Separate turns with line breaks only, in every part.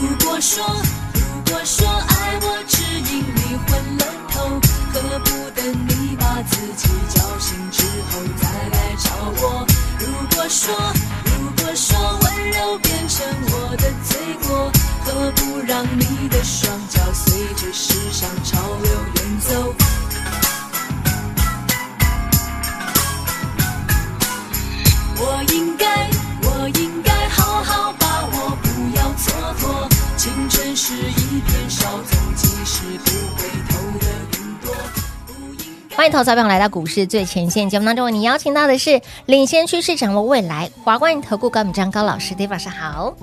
如果说，如果说爱我只因你昏了头，何不等你把自己叫醒之后再来找我？如果说，如果说温柔变成我的罪过，何不让你的双脚随着时尚潮流远走？我应该，我应该好好把握，不要蹉跎。青春是一片稍纵即逝不回头的云朵。不应该
欢迎投资朋友来到股市最前线节目当中，为你邀请到的是领先趋势、掌握未来华冠投顾高敏章高老师，大家晚上好。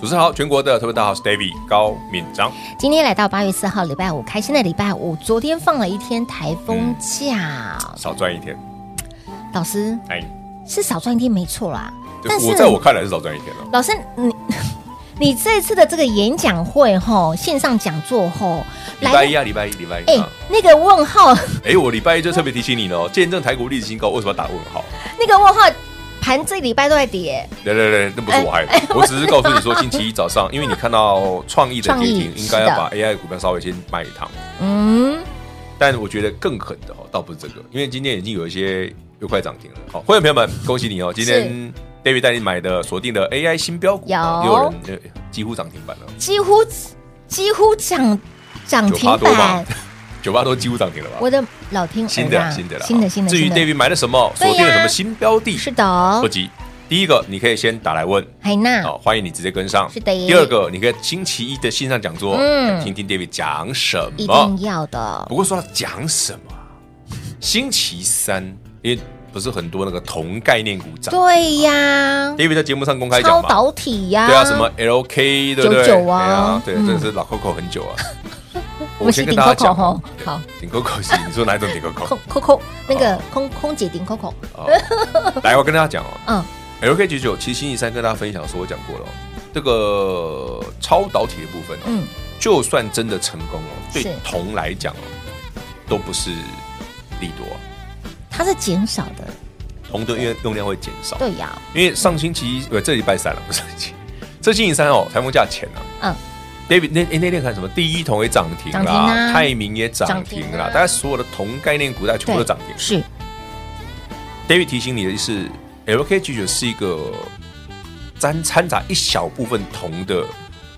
主持人好，全国的特别大号是 David 高敏章，
今天来到八月四号，礼拜五，开心的礼拜五。昨天放了一天台风
嗯
假，
少赚一天。
老师
哎，
是少赚一天没错啦，
就
但是
我在我看来是少赚一天了。哦
老师，你你这次的这个演讲会吼，线上讲座吼，
礼拜一啊，礼拜一，礼拜一
哎、
啊。
那个问号，
哎，我礼拜一就特别提醒你了哦，见证台股历史新高，为什么要打问号？
那个问号盘这礼拜都在跌，
对对对，那不是
哎
我害的，我只是告诉你说，星期一早上，因为你看到创意的跌
创
停
意，
应该要把 AI 股票稍微先卖一趟。
嗯，
但我觉得更狠的哦，倒不是这个，因为今天已经有一些又快涨停了。好，会员朋友们，恭喜你哦！今天 David 带你买的锁定的 AI 新标股，
有
哦也有人呃几乎涨停板了，
几乎几乎涨涨停
9%多吧
嗯板，
九八都几乎涨停了吧？
我的老天儿啊
新的啦，新的啦，
新的新的，
至于
新的
David 买了什么，
对呀
锁定了什么新标的，
是的哦哎
不，急。第一个，你可以先打来问，
海娜
好，欢迎你直接跟上。
是的
第二个，你可以星期一的线上讲座，
嗯
听听 David 讲什
一
么
定。要的
不，过说到讲什么啊，星期三，因为不是很多那个同概念股涨
对呀，
，David 在节目上公开
超
讲嘛，
导体呀，
对啊，什么 LK 对不对？
99啊
哎呀对，
嗯
真的是老 Coco 很久啊。
我是顶 Coco 吼，
对
好，
哦顶 Coco 是你说哪一种顶 Coco？
空 Coco 那个空空姐顶 Coco，
哦来，我跟大家讲哦，
嗯，
LK 九九，其实星期三跟大家分享说，我讲过了、哦，这个超导体的部分、哦，
嗯，
就算真的成功哦，
是
对铜来讲哦，都不是利多、啊，
它是减少的，
铜的用用量会减少，
对呀，
因为上星期一，呃，这礼拜三了、不是星期，这星期三哦，台风假前啊，
嗯。
David 那诶那天看什么？第一铜也涨停
涨停啊
啦，泰明也涨
涨停
停
啊
啦，大家所有的铜概念股，大家全
对，
部都涨停。
是
David 提醒你的是，LK 拒绝是一个掺掺杂一小部分铜的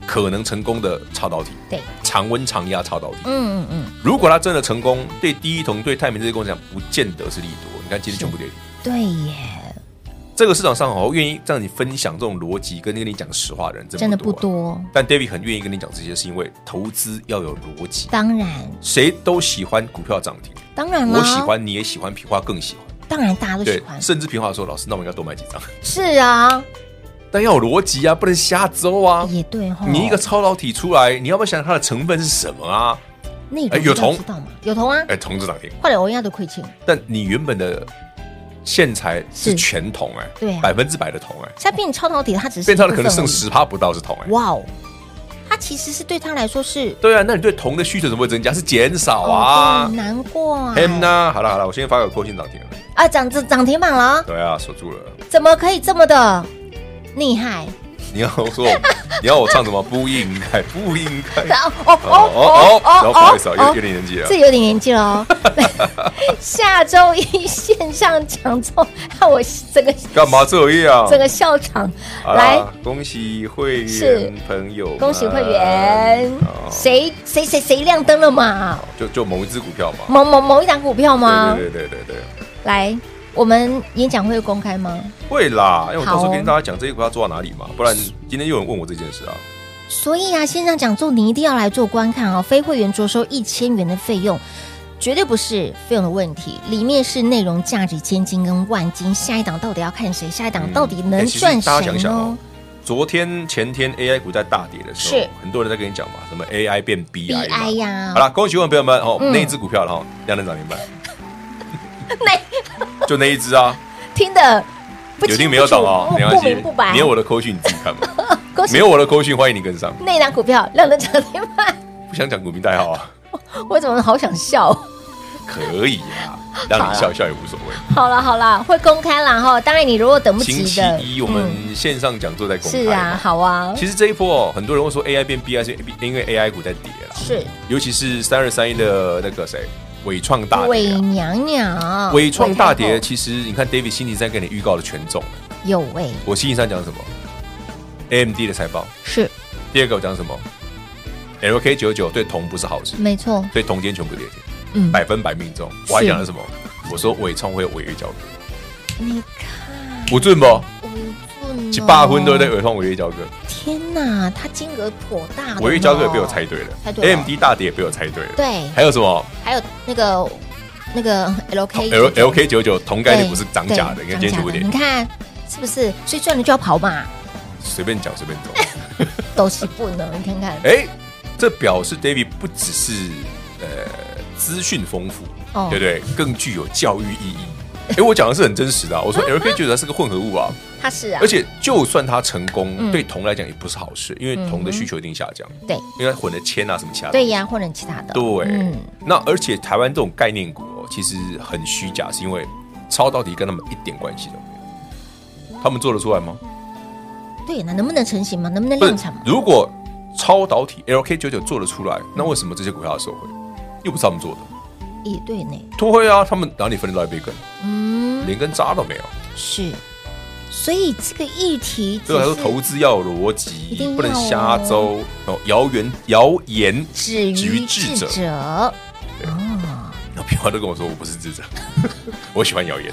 可能成功的超导体，
对，
常温常压超导体。
嗯嗯嗯，
如果它真的成功，对第一铜、对泰明这些公司来讲，不见得是利多。你看今天全部跌停，
对耶，
这个市场上哦，愿意让你分享这种逻辑跟跟你讲实话的人，
真的不
不多啊。
多，
但 David 很愿意跟你讲这些，是因为投资要有逻辑。
当然
谁都喜欢股票涨停，
当然啦，
我喜，欢，你也喜欢，平花更喜欢。
当然大家嗯啊都喜
对，
欢，
甚至平花说：“老师，那我应该多买几张。”
是啊，
但要有逻辑啊，不能瞎诌啊。
也对哈，
你一个超导体出来，你要不要想想它的成分是什么啊？
内
哎
容
有
大家
铜
知道吗？有铜啊，
哎，铜子涨停，
坏了我应该都亏钱，
但你原本的线材
是
是全铜哎，
对啊
百分之百的铜哎，
现在变超导体，它只是
变成了可
一部
能
分而
剩
已，
十趴不到是铜哎。
哇哦，它其实是对他来说是
对啊，那你对铜的需求怎么会增加？是减少
哦
啊
对。难过
M 呢？好了好了，我先发个扣信涨停了。
啊，涨涨涨停板了，
对啊，锁住了。
怎么可以这么的厉害？
你要我说，你要我唱什么？不应该，不应该。
哦哦
哦哦哦，然后不好意思啊，有有
哦
点年纪了
这。有点年纪了哦。 下周一线上讲座，害我整个
干嘛这样？
整个笑场。
好啦
来，
恭喜会
是
员朋友们，
恭喜会员
哦，
谁谁谁谁亮灯了嘛？
就就某一只股票嘛，
某某某一档股票吗？
对对对对对对，
来，我们演讲会公开吗？
会啦，因为我到时
好
候
哦
跟大家讲这一股要做到哪里嘛，不然今天又有人问我这件事啊，
所以啊，线上讲座你一定要来做观看哦，非会员着收一千元的费用，绝对不是费用的问题，里面是内容价值千金跟万金。下一档到底要看谁？下一档到底能
哎其实
赚
大家想
谁
一想哦
呢？，
昨天前天 AI 股在大跌的时候
是，
很多人在跟你讲嘛，什么 AI 变 BI 嘛
BI 呀
好啦，恭喜我们朋友们哦，
嗯
那一只股票了哈，两天涨停板，
那
就那一只啊，
听的不
有
清
听
不
没有
楚
懂哦，没
不
关系
明不白，哦
你有我的扣讯你自己看 吧，
恭喜
没有我的扣讯欢迎你跟上。
那档股票亮灯涨停板，
不想讲股民代号啊，
我怎么好想笑哦？
可以啊，让你笑一笑也无所谓。
好啦好啦，会公开啦哈。当然你如果等不及
星期
的，嗯
一我们线上讲座在公开
是啊，
嘛，
好啊，
其实这一波哦，很多人会说 AI 变 BI 是因为 AI 股在跌了，
是
尤其是三二三一的那个谁，伟创大
伪
跌啊。
娘娘，
伟创大跌，
伪太
其实你看 David 星期三给你预告的全中了。
后有喂，
我星期三讲什么？AMD 的财报。
是
第二个我讲什么？LK 九九对铜不是好事，
没错，
对铜今天全部跌停，
嗯，
百分百命中。我还讲了什么？我说伟创会有违约交割，
你看，
不准不？
无论哦
七八分都在，伟创违约交割，
天哪，它金额颇大的呢，
违约交割也被我猜对了
啊猜对了
，AMD 大跌也被我猜对了。
对，
还有什么？
还有那个那个 LK
哦 L L K 九九同概率
对
不是涨价的，
对
你看今天全部
涨价的你
跌停，
看是不是？所以赚了就要跑嘛，
随便讲随便走。
都是不能，你看看
哎，这表示 David 不只是呃资讯丰富，
哦
对不对？更具有教育意义。 哎，我讲的是很真实的、啊，我说 L K 九九是个混合物啊，
它嗯是啊
而，且就算它成功，
嗯
对铜来讲也不是好事，因为铜的需求一定下降，
对
因为它混了铅啊什么其他的。
对呀，或者其他的，
对，
嗯
那而且台湾这种概念股哦，其实很虚假，是因为超导体跟他们一点关系都没有。他们做得出来吗？
对，那能不能成型嘛？能不能
不是
量产嘛？
如果超导体 LK 九九做得出来，那为什么这些股票要收回？又不是他们做的，
也对呢，
都会啊，他们哪里分得到一杯羹？
嗯，
连根渣都没有。
是，所以这个议题只
所以还说
是
啊投资要有逻
一
辑
定要，哦
不能瞎诌哦。谣言谣言
止于智者，
那平花都跟我说我不是智者， 我喜欢谣言。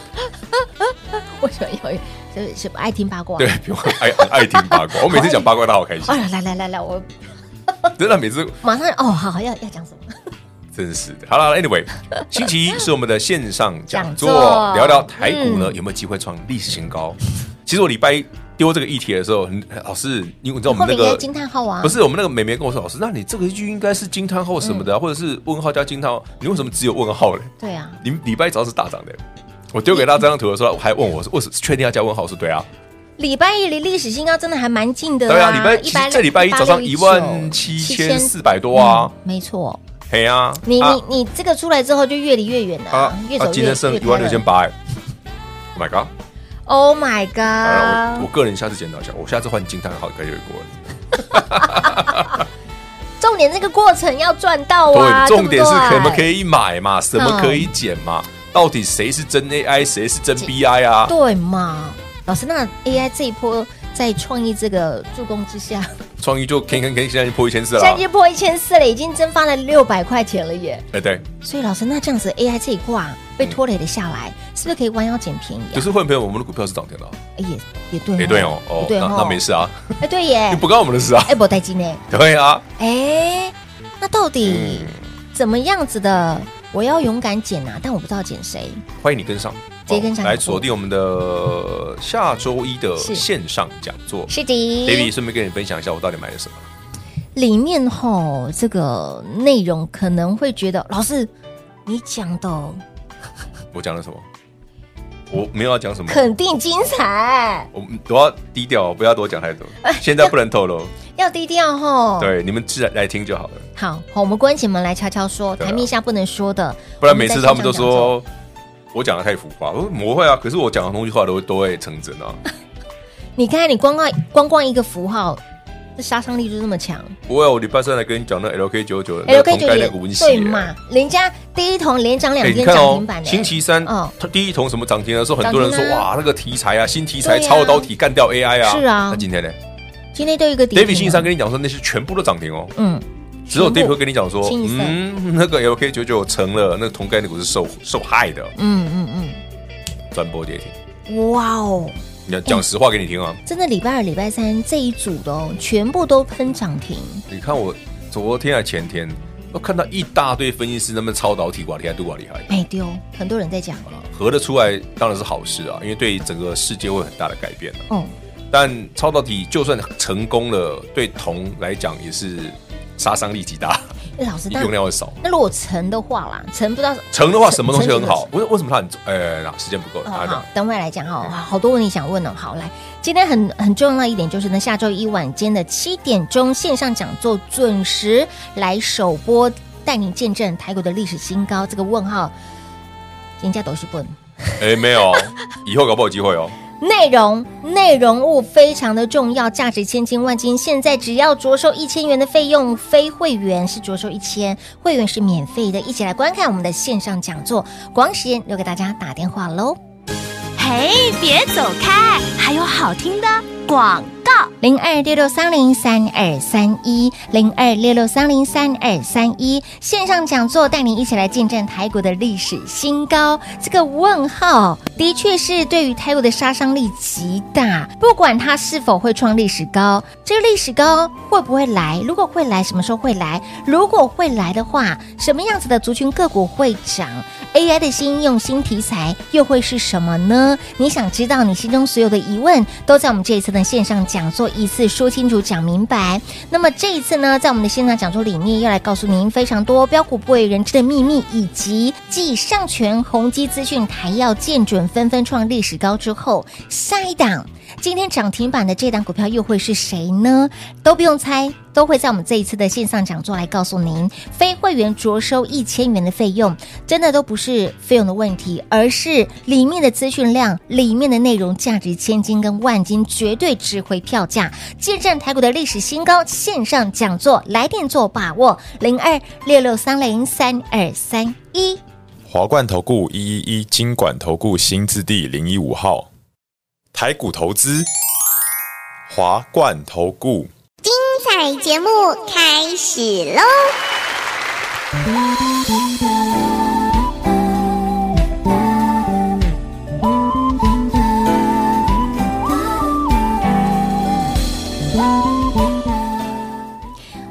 为什么有一就是是爱听八卦？
对，平花爱爱听八 卦，我每次讲八卦他好开心
哦，，来来来来，我
真的每次
马上哦，好好要要讲什么？
真是的。好了，Anyway，星 期一是我们的线上讲座，嗯
讲座
聊聊台股呢、有没有机会创历史新高？其实我礼拜一丢这个议题的时候，很老师，因为你知道我
后
们那
面也有
个
惊叹号啊，
不是我们那个美眉跟我说，老师，那你这个句应该是惊叹号什么的啊、或者是问号加惊叹号，你为什么只有问号嘞？
对啊，
你礼拜一早上是大涨的。我丢给他这张图的时候，我还问我说：“为什么确定要加问号？”我说：“对啊，
礼拜一离历史新高真的还蛮近的
对啊，礼拜
一
其
百
实这礼拜一早上一万七千四百多啊，
没错，
嘿啊，
你
啊
你你这个出来之后就越离越远了
啊，
越
啊
走
今
越
天剩
越
一万六千
偏了。
八，Oh my god！
Oh my
好了，我我
god！
个人下次检讨一下，我下次换惊叹号可以过了。
重点这个过程要赚到啊，嗯
对，重点是
对
什么
不
可
对
以买嘛，什么可以减嘛，到底谁是真 AI，谁是真 BI 啊？
对嘛？老师，那 AI 这一波在创意这个助攻之下，
创意就 K K K，现在就破一千四
现
了
在
啊
已。经破一千四了，已经蒸发了六百块钱了耶。
哎，对，
所以老师，那这样子 AI 这一挂被拖累了下来，是不是可以弯腰捡便宜啊？
可是会员朋友，我们的股票是涨停的啊，
哎也也对，
哎，对哦，
也
哦，
对
那
哦，
那没，事啊，
哎对耶
又，不关我们的事啊。
哎不带劲呢，
对啊，
哎，那到底
嗯
怎么样子的？我要勇敢捡啊，但我不知道捡谁。
欢迎你跟上，哦
直接跟上
来锁定我们的下周一的
是
线上讲座。
是
David
的，
顺便跟你分享一下，我到底买了什么。
里面吼这个内容可能会觉得老师你讲的
我讲了什么？我没有要讲什么，
肯定精彩，
我们都要低调，不要多讲 太多。
哎
现在不能透露，
要低调吼。，
对，你们自然来听就好了。
好，好，我们关起门来悄悄说，
对啊
台面下不能说的，
不然每次他们都
我
说我讲的太浮夸，我说我会啊，可是我讲的东西话都都会成真 啊。
你看看你光光光光一个符号，这杀伤力就这么强。哎
不会啊，我礼拜三来跟你讲那 LK 九九
LK
同
九
概那
也
个文系
对
耶。
嘛？人家第一桶连涨两
哎，你
天
看
涨
哦
停板，的，
星期三
嗯
它第一桶什么涨停的时候，很多人说
涨停啊
哇，那个题材啊，新题材
对啊
超导体干掉 AI 啊。
是啊
那今天呢
今天都有一个底。啊
？David 星期三，跟你讲说那些全部都涨停哦，
嗯，
只有
全
David
部
会跟你讲说，
清一色
嗯，那个 LK 九九成了，那个同概念股是受受害的，
嗯嗯
转播跌停。
嗯，哇哦，
你要讲实话给你听啊，
真的礼拜二、礼拜三这一组的哦，全部都喷涨停，
你看我昨天还前天，我看到一大堆分析师那么超导体，哇厉害，对哇厉害。
没哎丢，很多人在讲，
合得出来当然是好事啊，因为对整个世界会有很大的改变啊。
哦，
但超导体就算成功了，对铜来讲也是杀伤力极大，
那哎老师，但
用量会少。
那如果成的话啦，成不知道
成的话，什么东西很好
成？
为为什么它很重？呃，那时间不够，
哦，
大家
好
讲，
等会来讲哦，哇好多问题想问哦。好，来，今天很很重要的一点就是呢，下周一晚间的七点钟线上讲座准时来首播，带你见证台股的历史新高。这个问号，人家都是问。
哎，没有，以后搞不好有机会哦。
内容内容物非常的重要，价值千金万金。现在只要着收一千元的费用，非会员是着收一千，会员是免费的。一起来观看我们的线上讲座，广时间留给大家打电话喽。
嘿，别走开，还有好听的广告。
零二六六三零三二三一，零二六六三零三二三一，线上讲座带你一起来见证台股的历史新高。这个问号的确是对于台股的杀伤力极大，不管它是否会创历史高，这个历史高会不会来？如果会来，什么时候会来？如果会来的话，什么样子的族群个股会涨？AI 的新应用、新题材又会是什么呢？你想知道你心中所有的疑问，都在我们这一次的线上讲座一次说清楚、讲明白。那么这一次呢，在我们的线上讲座里面，要来告诉您非常多标股不为人知的秘密，以及继上权、宏基资讯、台药、建准纷纷创历史高之后，下一档今天涨停板的这档股票又会是谁呢？都不用猜。都会在我们这一次的线上讲座来告诉您，非会员着收一千元的费用，真的都不是费用的问题，而是里面的资讯量、里面的内容价值千金跟万金，绝对值回票价，见证台股的历史新高。线上讲座来电做把握，零二六六三零三二三一。
华冠投顾一一一金管投顾新字第零一五号，台股投资，华冠投顾。
彩节目开始喽！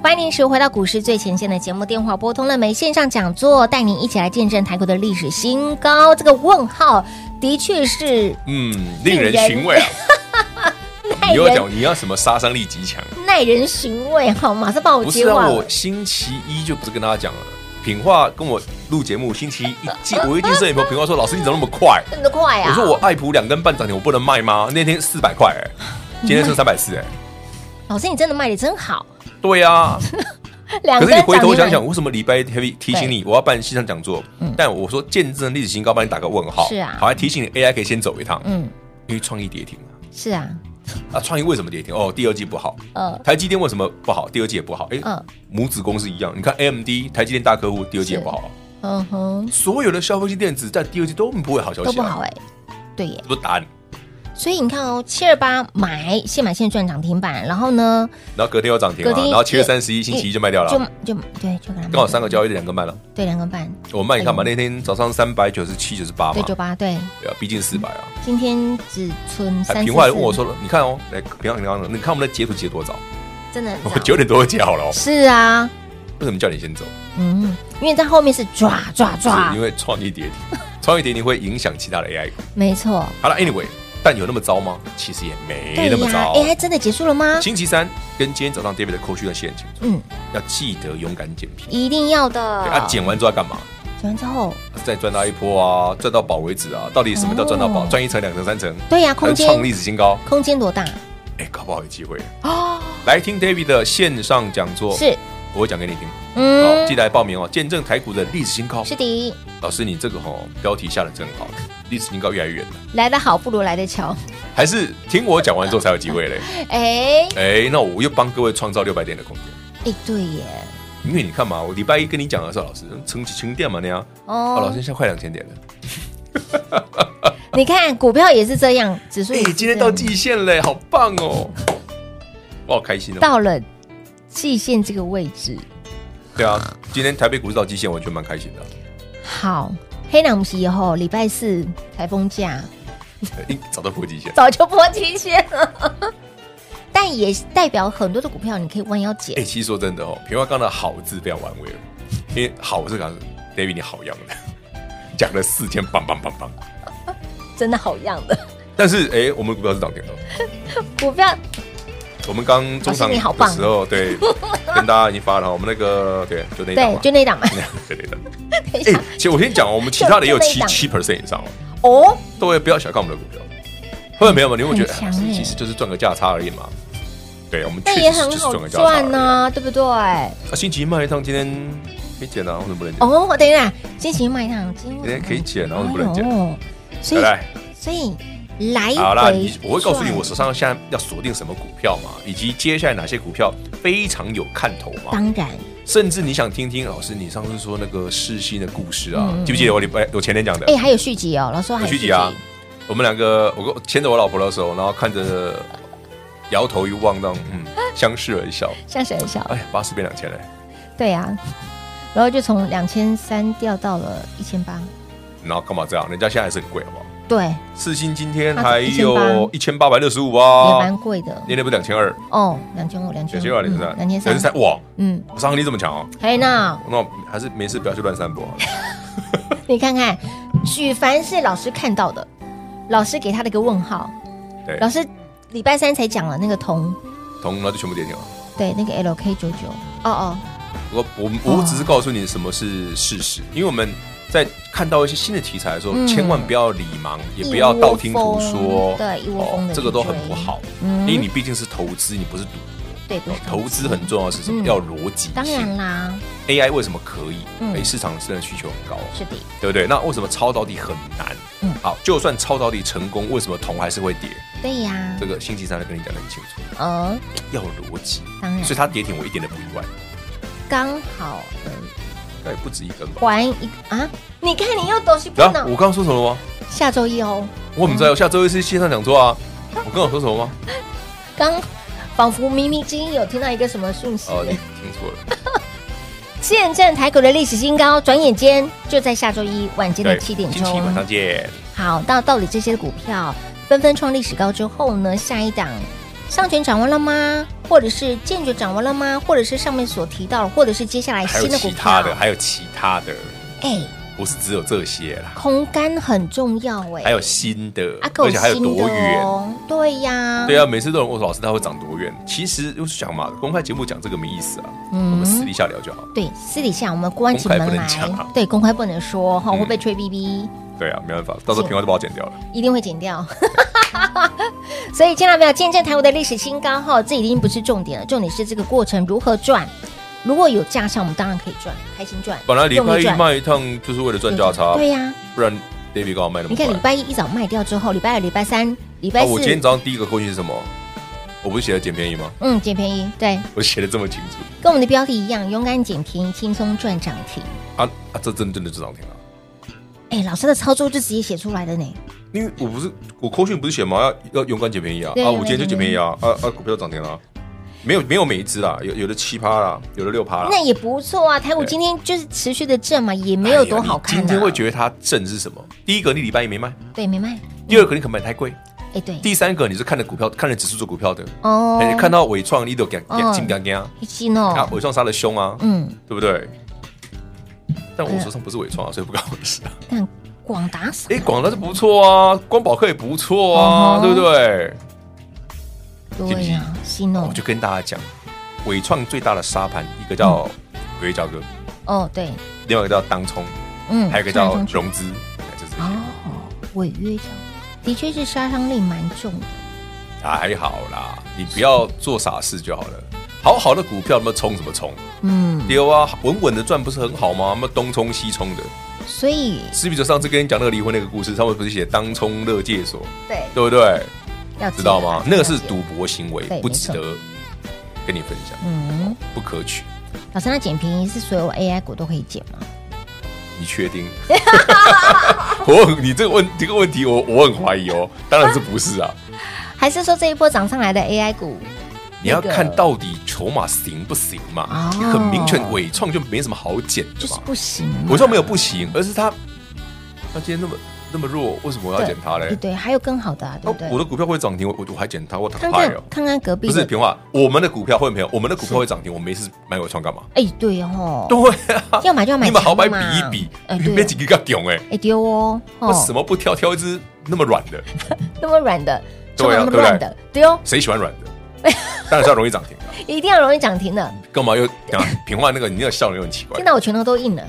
欢迎您时回到股市最前线的节目，电话拨通了没？线上讲座带您一起来见证台股的历史新高。这个问号的确是
嗯，令人询味啊。
耐
你要
人
讲你要什么杀伤力极强？
耐人寻味哈，马上把我
不是
接
让
忘
我
了。
星期一就不是跟大家讲了。品化跟我录节目，星期一进我一进摄影棚，品化说：“老师你怎么那么 快？”
真的快啊！
我说我爱普两根半涨停，我不能卖吗？那天四百块，哎，今天剩三百四， 哎，
老师，你真的卖的真好，
对啊呀。
两
可
根
是你回头
涨
想
停
想，为什么礼拜 heavy 提醒你我要办线上讲座？但我说见证历史新高，帮你打个问号。
嗯是啊
好，还提醒你 AI 可以先走一趟，
嗯，
因为创意跌停了。
是啊，
啊，创意为什么跌停？哦，第二季不好。
呃，
台积电为什么不好？第二季也不好。哎
嗯，
母子公司一样，你看 AMD、台积电大客户，第二季也不好啊。
嗯哼，
所有的消费性电子在第二季都不会好消息、
都
啊，
不好哎、对耶
这。不是答案。
所以你看哦，七二八买现买现赚涨停板，然后呢，
然后隔天又涨停了、
隔天
然后七月三十一星期一就卖掉了啊、
就就对，就给它
刚好三个交易日两个卖了。
对两根半，
我卖你看
嗯
嘛，那天早上三百九十七、九十八嘛
对，九八对，
对啊，逼近四百啊。
今天只存
哎
三。
平话问我，说了，你看哦，来平话你刚刚，你看我们的截图截多早？
真的很
我
早
九点多就截好了哦。
是啊，
为什么叫你先走？
嗯，因为在后面是抓抓抓
是因，为创意跌 停，创意跌停会影响其他的 AI 股。
没错，
好了，anyway，但有那么糟吗？其实也没那么糟。
哎，还真的结束了吗？
星期三跟今天早上 David 的扣讯要写很清楚，
嗯，
要记得勇敢减平。
一定要的。
对啊，减完之后要干嘛？
减完之后，
再赚到一波啊，赚到宝为止啊！到底什么叫赚到宝
哦？
赚一层、两层、三层，
对呀、
能
空间
创历史新高？
空间多大？
哎，搞不好有机会。
哦，
来听 David 的线上讲座，
是，
我会讲给你听。哦好，
嗯
记，得来报名哦！见证台股的历史新高。
是的，
老师，你这个哦标题下的真好，历史新高越来越远了。
来得好不如来得巧。
还是听我讲完之后才有 机会嘞。
哎，
哎，那我又帮各位创造六百点的空间。
哎，对耶，
因为你看嘛，我礼拜一跟你讲的时候，老师嗯撑起轻点嘛那样，哦，老师
哦，
现在快两千点了，
你看股票也是这样，指数
哎
也是，
今天到
这样
季线嘞，好棒哦，我好开心哦。
到了季线这个位置，
对啊，今天台北股市到季线，我觉得蛮开心的。
好，黑狼皮以后礼拜四台风假，
一早到破极限。
早就破极限了。 但也代表很多的股票你可以弯腰捡
哎、，其实说真的哦，平花刚的好字不要玩味了，因为好这个 David 你好样的，讲了四天，棒棒棒棒。
真的好样的
但是哎、我们股票是涨停的哦。
股票。
我们刚中场
老师你好棒
的时 候，对，跟大家已经发了，我们那个对，就那一档
对
嘛，
就那档嘛。
对对 对。
等一
哎、
下
其实我先讲，我们其他的也有
就那一
七
档
七 percent 以上哦。
哦，
各位不要小看我们的股票，后面没有嘛？你会觉得、
很强欸
哎其实就是赚个价差而已嘛。对，我们确
那
实
也
就
很
是
好
赚个价差而
赚
已
呢、
啊。
对不对？
啊，星期一卖一趟，今天可以减啊，为什么不能减？
哦，等一下，先行卖一趟，今
今天可以减啊，为什么不能减？
哦，所以
对不对？
所以来
好啦，
回
你我会告诉你，
赚
我手上现在要锁定什么股票嘛，以及接下来哪些股票非常有看头嘛。
当然
甚至你想听听老师你上次说那个世新的故事啊，
嗯
记不记得我礼拜我前天讲的
哎、？还有续集哦，老师还
有续集啊，我们两个我我牵着我老婆的手，然后看着摇头一望，让嗯相视 而笑。
像谁笑？
哎，八十变两千嘞，
对啊，然后就从两千三掉到了一千八，
然后干嘛这样？人家现在还是很贵，好不好？
对，也
世新今天
它
还有一千八百六十五啊
蛮，贵的
年年不两千二，
哦，两千五，两
两
千
千二零三，
嗯两千
两千
三，
三，哇，
嗯，
我伤力这么强哦。
还有呢，
那我还是没事，不要去乱散播好了。
你看看，许凡是老师看到的，老师给他的一个问号，
对，
老师礼拜三才讲了那个铜，
同然后就全部跌停了。
对，那个 LK 九九，哦哦，
我我我只是告诉你什么是事实，因为我们在看到一些新的题材的时候，
嗯
千万不要理盲，也不要道听途
一窝
说哦
蜂，对一窝蜂地去
这个都很不好，
嗯
因为你毕竟是投资，你不是赌。
对，不是
哦投资很重要的是什么？
嗯
要逻辑性。
当然啦，
AI 为什么可以？
嗯
哎，市场真的需求很高，
是的，
对不对？那为什么抄到底很难？
嗯
好，就算抄到底成功，为什么铜还是会跌？
对呀
这，个星期三来跟你讲的很清楚，
呃，
要有逻辑。
当然
所以它跌停，我一点都不意外，
刚好呃
应该哎不止一根吧？
还一啊，你看你又都是不
然后
能
啊我刚刚说什么了吗？
下周一哦，
我怎么知道？下周一是线上讲座啊。我刚有说什么吗？
刚仿佛冥冥之音有听到一个什么讯息，
哦，你听错了。
见证台股的历史新高，转眼间就在下周一晚间的
对，
七点
星期
钟
晚。上见。
好，到到底这些股票纷纷创历史高之后呢，下一档上权掌握了吗？或者是建决掌握了吗？或者是上面所提到的，或者是接下来
还有
哎新的股
其
票
他？的，还有其他的，
哎，
不是只有这些啦，
空干很重要哎、
还有新的
啊，，够
而且还有
新的
多远？
哦，对呀，
对啊，每次都有人问我老师它会长多远。其实就是想嘛，公开节目讲这个没意思啊，
嗯
我们私底下聊就好。
对，私底下我们关起门
公开不
来
能讲啊，
对，公开不能说哈，
嗯
会被吹逼逼，
对啊，没办法，到时候平花就把我剪掉了。
一定会剪掉。 所以，千万不要见证台股的历史新高哈，这已经不是重点了，重点是这个过程如何赚。如果有价差，我们当然可以赚，开心赚，
本来礼
用
拜
力
一
赚
卖一趟就是为了赚价差，
对呀、
不然 David 刚好卖那么
你看礼
快。
拜一一早卖掉之后，礼拜二、礼拜三、礼
啊，
拜四，
我今天早上第一个扣讯是什么？我不是写的捡便宜吗？
嗯，捡便宜，对，
我写的这么清楚
跟我们的标题一样，勇敢捡便宜，轻松赚涨停。
啊啊！这真真的是涨停了。
哎，老师的操作就直接写出来了呢。
因为我不是我扣讯不是写吗？要要勇敢捡便宜啊！
对
啊，
勇
我
敢
今天就捡便宜啊！啊啊，股票涨停了啊，没有没有每一只啦，有有的七趴啦，有的六趴啦。
那也不错啊，台股
对
今天就是持续的震嘛，也没有多好
哎呀
看、啊
你今天会觉得它正是什么？第一个你礼拜一没卖，
对，没卖。
第二个你可能买太贵，
哎，对，
第三个你是看着股票看着指数做股票的，
哦
哎，看到伟创你都给
哦
给金刚刚
一心哦，
啊，伟创杀的凶啊，
嗯，
对不对？但我手上不是伟创啊，所以不关我的事啊。
但广达什
哎，广达是不错啊，光宝科也不错啊，
哦
对不对？哎
么对呀，心
我
哦
就，跟大家讲，伟创最大的沙盘，一个叫
嗯
鬼叫哥，
哦对，
另外一个叫当冲，
嗯，
还有一个叫
上上去
融资，哎就这些
哦，违约这样，的确是杀伤力蛮重的。
还好啦，你不要做傻事就好了。好好的股票，那么冲什么冲？
嗯，
丢啊，稳稳的赚不是很好吗？那么东冲西冲的，
所以
是不是？上次跟你讲那个离婚那个故事，他们不是写当冲乐界所，
对，
对不对？
要
知道吗？
记得
那个是赌。博行为
对，
不值
没错
得跟你分享，
嗯，
不可取。
老师，那捡便宜是所有 AI 股都可以捡吗？
你确定？ 我很你这个问这个问题我，我很怀疑哦。当然是不是啊？
还是说这一波涨上来的 AI 股，
你要看到底筹码行不行嘛？
哦
你很明确，伪创就没什么好捡
就
的
是
嘛。
不行嘛？啊
伪创没有不行，而是他他今天那么那么弱，为什么我要减它嘞？
对，还有更好的、啊，对
哎哦
不对？
我的股票会涨停，我我我还减它，我
看
坦白
看
哦。
看看隔壁
不
的
是平话，我们的股票会没有，我们的股票会涨停，我没事买尾创干嘛？
哎，对哦，
对啊，
要买就要买
你们好
强
歹比
的嘛
一比
哎，
你
对
别几个囧哎，
哎丢哦，
为什
哦，
么不挑挑一只那么软的？
那么软的，
对
充满
啊
那么
对不对
乱的，丢、哦
谁喜欢软的？当然是要容易涨停了，
一定要容易涨停的。
干嘛又讲平话那个你那个笑容又很奇怪
听。到我拳头都硬 了，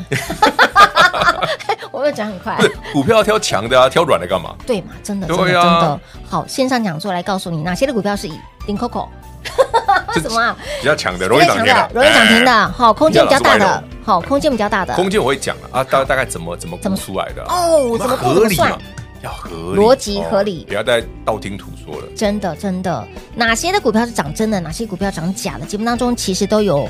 哎我要讲很快
不。是股票要挑强的啊，挑软的干嘛？
对嘛？真的，真的，
对
真
啊
的。好，线上讲座来告诉你哪些的股票是以零 Coco
这
什么啊？
比较强的，容易涨停的，
容易涨停的，好，空间比较大
你要老
的
师，
好，空间比较大的
哎。空间我会讲了啊，大大概怎么怎么
怎
估
么
出来的啊？
哦，怎么不怎
合
么
理
算
嘛？，要合理，
逻辑
哦
合理
不要再道听途说了。
真的，真的，哪些的股票是涨真的，哪些股票涨假的？节目当中其实都有，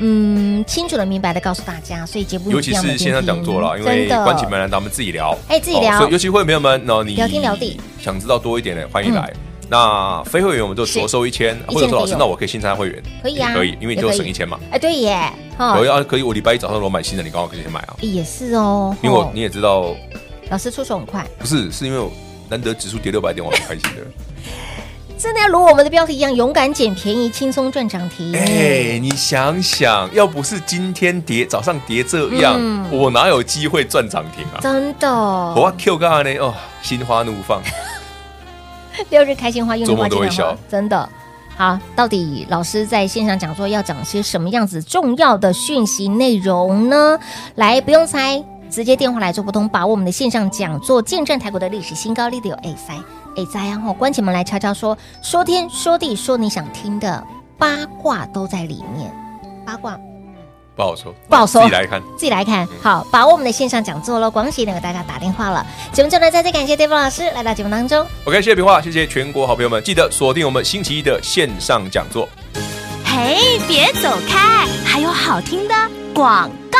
嗯，清楚的、明白的告诉大家，所以节目
尤
嗯
其
一定要
是
每天
线上讲座啦，
听
因为
真的
关起门来咱们自己聊，哦
哎自己聊
所以尤其会员朋友们，那你
聊天聊地，嗯
想知道多一点的，欢迎来。那非会员我们就是着收一千，
一
或者
千的
说老
费，
师
用
那我可以新参加会员，
可以啊
也可以，因为你
也
就
可以
省一千嘛。
哎，对耶，哈
我，要可以，我礼拜一早上我买新的，你刚好可以先买啊。
也是哦，
因为我
吼
你也知道，
老师出手很快，
不是是因为我难得指数跌六百点，我很开心的。
真的要如我们的标题一样，勇敢捡便宜，轻松赚涨停。
哎，你想想，要不是今天跌，早上跌这样
嗯，
我哪有机会赚涨停啊？
真的，
我 Q 干呢？哦，心花怒放。
六日开心花，用力花，
做梦都会
尽量花
笑，
真的。好，到底老师在线上讲座要讲些什么样子重要的讯息内容呢？来，不用猜，直接电话来做拨通，把握我们的线上讲座，见证台股的历史新高，力度有 A 塞 A 塞啊！吼，关起门来悄悄说，说天说地说你想听的八卦都在里面，八卦
不好说，
不好说
自己来看。
自己来看。好，把握我们的线上讲座喽！广喜能给大家打电话了。节目最后呢，再次感谢 David 老师来到节目当中。
OK，谢谢平话，谢谢全国好朋友们，记得锁定我们星期一的线上讲座。
嘿，别走开，还有好听的广告。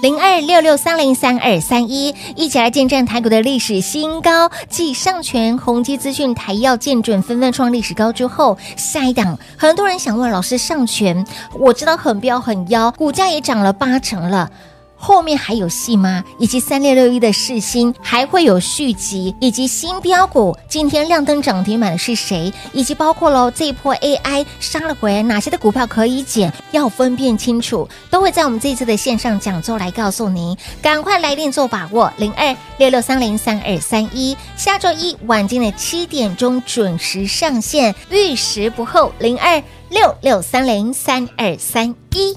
零二六六三零三二三一，一起来见证台股的历史新高。继上全、宏基资讯、台药见准纷纷创历史高之后，下一档很多人想问老师，上全我知道很彪很妖，股价也涨了八成了。后面还有戏吗？以及三六六一的世新还会有续集，以及新标股今天亮灯涨停板的是谁？以及包括喽这一波 AI 杀了回来，哪些的股票可以减？要分辨清楚，都会在我们这一次的线上讲座来告诉您。赶快来电做把握，零二六六三零三二三一，下周一晚间的七点钟准时上线，遇时不候，零二六六三零三二三一。